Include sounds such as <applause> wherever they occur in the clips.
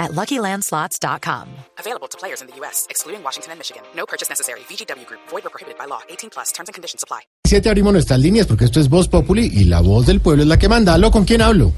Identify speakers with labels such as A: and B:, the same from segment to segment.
A: at luckylandslots.com.
B: Available to players in the U.S., excluding Washington and Michigan. No purchase necessary. VGW Group, void or prohibited by law. 18 plus terms and conditions apply.
C: Siete abrimos nuestras líneas porque esto es Voz Populi y la voz del pueblo es la que manda. ¿Aló? ¿Con quién hablo?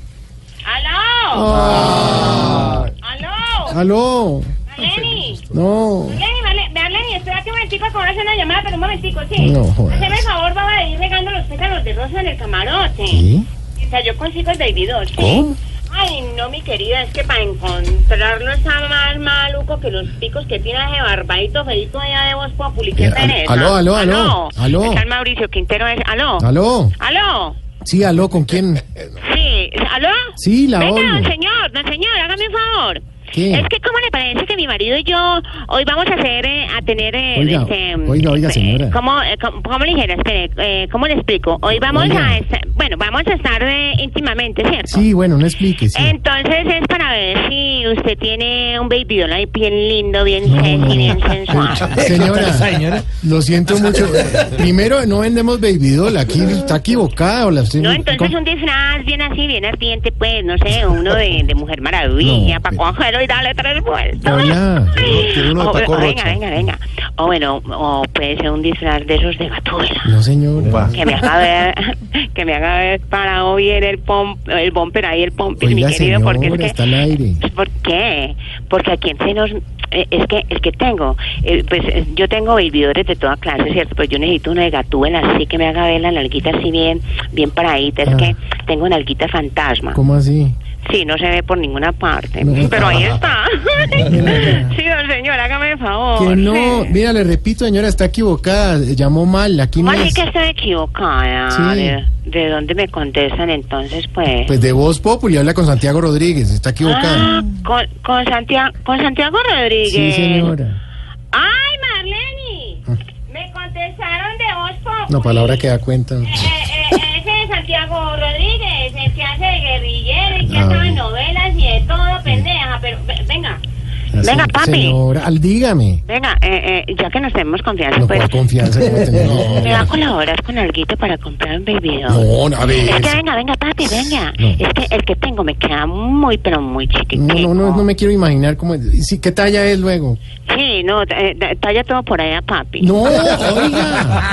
D: ¡Aló!
C: Ah.
D: ¡Aló!
C: ¿Aló?
D: ¡Maleni!
C: No.
D: Maleni, Male- vea, Maleni, espera que un momentico que van a hacer una llamada, pero un momentico, sí.
C: No, joder.
D: Haceme el favor, baba, de ir regando los pétalos de rosa en el camarote.
C: ¿Sí?
D: O sea, yo consigo el Baby Doll, ¿sí?
C: ¿Cómo?
D: Ay, no, mi querida, es que para encontrarlo está más maluco que los picos que tiene ese barbadito feito allá de Voz Populi. ¡Qué
C: Eh, al-
D: pereza!
C: aló, aló, aló, aló.
D: Está el Mauricio Quintero ese. ¿Aló?
C: ¿Aló?
D: ¿Aló?
C: Sí, aló, ¿con quién?
D: Sí, ¿aló?
C: Sí, la
D: Venga,
C: oigo.
D: don señor, don señor, hágame un favor.
C: ¿Qué?
D: Es que, ¿cómo le parece que mi marido y yo hoy vamos a hacer, eh, a tener... eh,
C: Oiga,
D: este,
C: oiga, oiga,
D: eh,
C: señora.
D: ¿Cómo, eh, cómo, cómo le dijera? Espere, eh, ¿cómo le explico? Hoy vamos
C: Oiga.
D: a... esta- bueno, vamos a estar eh, íntimamente, ¿cierto?
C: Sí, bueno, no explique. sí.
D: Entonces es para ver si usted tiene un baby doll ahí bien lindo, bien sexy, bien sensual.
C: <laughs> Señora, lo siento mucho. Primero, no vendemos baby doll. Aquí está equivocada. o la estoy-
D: No, entonces
C: ¿Cómo?
D: un disfraz bien así, bien ardiente, pues, no sé, uno de, de Mujer Maravilla,
C: No, eh.
D: para
C: pero-
D: cogerlo y darle tres vueltas.
C: Hola.
E: Tiene uno de
D: O-
E: Paco
D: o- venga,
E: Rocha.
D: venga, venga. O bueno, o puede ser un disfraz de esos de Batusa.
C: No, señora.
D: Que me haga ver, <laughs> que me haga ver parado bien el pom, el bumper ahí, el pompe, mi
C: Oiga,
D: querido, porque es
C: señora,
D: que...
C: está al aire.
D: ¿Por qué? Porque aquí en Senos eh, es que es que tengo, eh, pues eh, yo tengo vividores de toda clase, ¿cierto? Pero yo necesito uno de gatúbela, así que me haga ver la nalguita así bien, bien paradita. Es
C: Ah.
D: que tengo nalguita fantasma.
C: ¿Cómo así?
D: Sí, no se ve por ninguna parte,
C: No.
D: pero
C: <laughs>
D: ahí está. <laughs> sí, don señor, hágame el favor.
C: Que no.
D: sí.
C: Mira, le repito, señora, está equivocada. Llamó mal. Aquí
D: ¿Cómo
C: no
D: así
C: es.
D: que estoy equivocada?
C: Sí.
D: ¿De, de dónde me contestan entonces, pues?
C: Pues de Voz Populi habla con Santiago Rodríguez. Está equivocada.
D: Ah, con, con Santiago, con Santiago Rodríguez.
C: Sí, señora.
D: ¡Ay, Marleni! Me contestaron de voz Populi.
C: Ah. No, palabra que da cuenta.
D: Eh, eh, eh, ese es Santiago Rodríguez, el que hace de guerrillero, el que
C: Ah,
D: hace
C: bueno.
D: novelas y de todo, pendeja, pero ve- venga.
C: Señora,
D: papi.
C: Señora, al- dígame.
D: Venga, eh, eh, ya que nos tenemos confianza,
C: No,
D: pues,
C: por confianza. ¿cómo
D: <laughs>
C: tenemos?
D: ¿me va a colaborar con alguito para comprar un baby doll?
C: No, no, a
D: Es que
C: ver.
D: venga, venga, papi, venga.
C: No.
D: Es que el que tengo me queda muy, pero muy chiquitico.
C: No, no, no, no me quiero imaginar cómo es. Sí, ¿Qué talla es luego?
D: Sí, no, eh, eh, talla todo por allá, papi. <laughs>
C: No, oiga.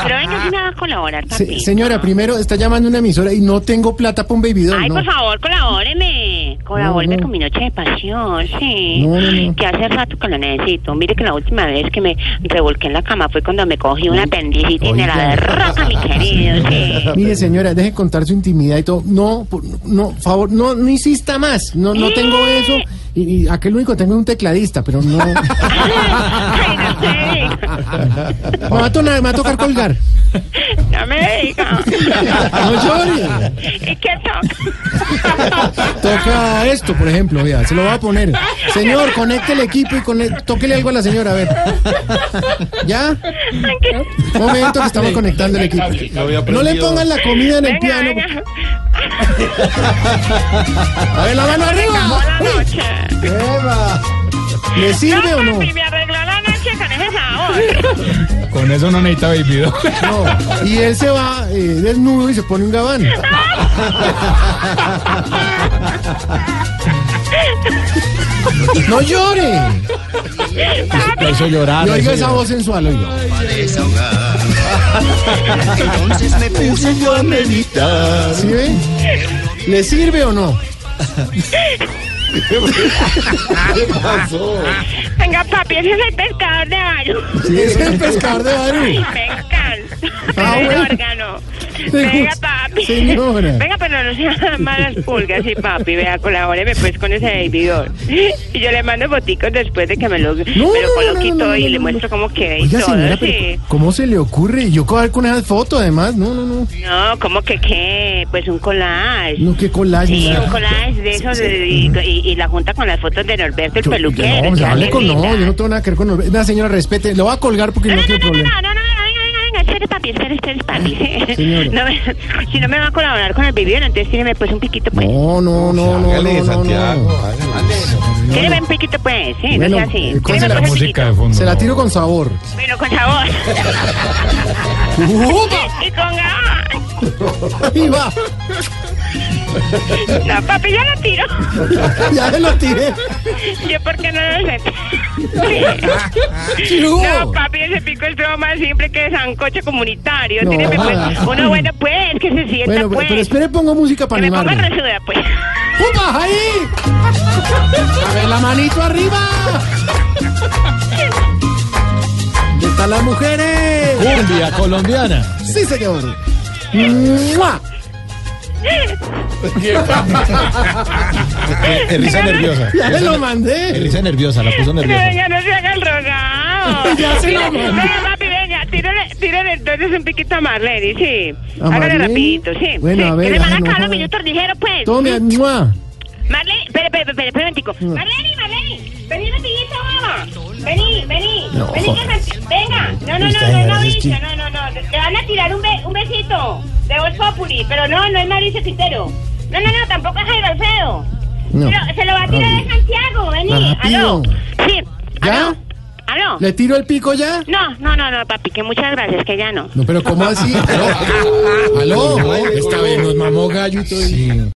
D: Pero venga, si me va a colaborar,
C: Se-
D: papi.
C: señora, primero está llamando una emisora y no tengo plata para un baby doll,
D: Ay,
C: no.
D: por favor, colabóreme. Colabóreme
C: no.
D: con mi noche de pasión, sí.
C: No, no, no.
D: Que hace rato que lo necesito. Mire que la última vez que me revolqué en la cama fue cuando me cogí una apendicitis y me la
C: Oiga.
D: derroca, mi querido, sí. <laughs>
F: <laughs>
C: Mire, señora, deje contar su intimidad y todo. No, por- no, favor, no, no insista más. No, no tengo eso. Y, y aquel único que tengo es un tecladista, pero no.
D: Ay, no me diga.
C: Me va a, tonar- me va a tocar colgar.
D: No me diga.
C: No llore.
D: ¿Y qué toca?
C: Toca esto, por ejemplo, vea, se lo va a poner. Señor, conecte el equipo y conecte, tóquele algo a la señora, a ver. ¿Ya?
D: ¿Qué?
C: Momento que estamos conectando el equipo. No le pongan la comida en el
D: Venga,
C: piano.
D: venga.
C: A ver, la mano
D: Acabó
C: arriba.
D: la noche.
C: ¿Le sirve o
D: No,
C: no?
D: papi, me arregló la noche con ese sabor.
F: Con eso no necesita baby doll.
C: No. Y él se va eh, desnudo y se pone un gabán. No llore.
F: llorar.
C: Y oiga esa voz sensual, oiga.
E: Entonces me puse yo a meditar.
C: ¿Sí ve? ¿Le sirve o no?
D: Venga, papi, ese es el pescador de Bayo.
C: Sí, es el pescador de Barú.
D: Ay, me encanta.
C: Ah,
D: el
C: bueno.
D: órgano.
C: Te
D: Venga,
C: gusta,
D: papi.
C: señora.
D: Venga, pero no sean malas pulgas, sí, papi. Vea, colabóreme pues con ese baby doll. Y yo le mando boticos después de que me lo, me lo
C: no,
D: coloque y
C: no, no,
D: todo
C: no,
D: y
C: no,
D: le
C: no.
D: muestro cómo queda y
C: Oiga,
D: todo,
C: señora,
D: sí.
C: pero ¿cómo se le ocurre? Y Yo cobar con esa foto, además. No, no, no.
D: No, ¿cómo que qué? Pues un collage.
C: No, qué collage.
D: Sí,
C: nada.
D: un collage de esos de- y, y- y la junta con las fotos de Norberto el
C: Yo-
D: peluquero.
C: No, hombre,
D: ya,
C: hable con- no,
D: linda.
C: yo no tengo nada que ver con... Nada, señora, respete. Lo voy a colgar porque
D: No,
C: no
D: no, no,
C: quiero
D: no,
C: problema.
D: no, no, no, venga, este venga, venga, no, espere papi, espere, espere papi.
C: Señora.
D: No me- si no me va a colaborar con el bebido, entonces tíreme pues un piquito pues.
C: No, no, no, no,
E: Hágale,
C: no, no,
E: Santiago.
C: no.
E: hágale.
D: Tíreme un piquito pues, sí,
C: Bueno,
D: no sea así.
C: eh, ¿cuál
D: Tíreme
C: es
F: la
D: pues, un
F: música de
D: piquito.
F: fondo.
C: Se la tiro con sabor.
D: Bueno, con sabor. <laughs>
C: ¡Upa!
D: y con gas.
C: ¡Ahí va!
D: No, papi, ya la tiro. <laughs>
C: ¡Ya se lo tiré!
D: Yo porque no lo sé.
C: <laughs> ¿Qué hubo?
D: No, papi, ese pico es broma siempre que es sancocho comunitario.
C: No,
D: Tíreme pues
C: jodas. <laughs>
D: uno bueno pues, que se sienta
C: Bueno,
D: pues.
C: pero, pero espere, pongo música
D: que
C: para
D: me ponga
C: animarme.
D: resuda pues. <laughs>
C: ¡Upa! ¡Ahí! ¡A ver la manito arriba! ¿Dónde están las mujeres?
F: Cumbia colombiana.
C: ¡Sí, señor! ¡Mua!
F: Es risa Eh, nerviosa.
C: ¡Ya se lo
F: Es
C: mandé!
F: risa nerviosa, la puso
D: Pero
F: nerviosa.
D: venga, no se haga el rogado.
C: <laughs> Ya se la mandé.
D: Venga, papi, venga, tírale, tírale entonces un piquito a Marlene, sí.
C: ¿A
D: Hágale
C: Marlene?
D: rapidito, sí.
C: Bueno,
D: Sí,
C: a ver,
D: Que le
C: ay,
D: van a
C: no
D: acabar los
C: jodas.
D: minutos ligeros, pues.
C: ¡Tome! ¡Mua!
D: Marlene, espera, espera, espera, espera, espera,
C: Mm.
D: Marlene, Marlene, vení rapidito, vamos. Vení, vení,
C: No,
D: vení que me... Venga, no, no, no,
C: Esta
D: no es
C: verdad es
D: Mauricio,
C: que-
D: no, no, no. Le van a tirar un, be- un besito de Voz Populi, pero no, no es Mauricio Quintero. No, no, no, tampoco es Jairo Alfredo.
C: No.
D: Pero se lo va a tirar de Santiago, vení,
C: Rápido.
D: aló. Sí,
C: ¿Ya?
D: aló, aló.
C: ¿Le tiro el pico ya?
D: No, no, no, no, papi, que muchas gracias, que ya no.
C: No, pero ¿cómo así? ¿Aló? ¿Aló? Esta vez nos mamó gallo y todo.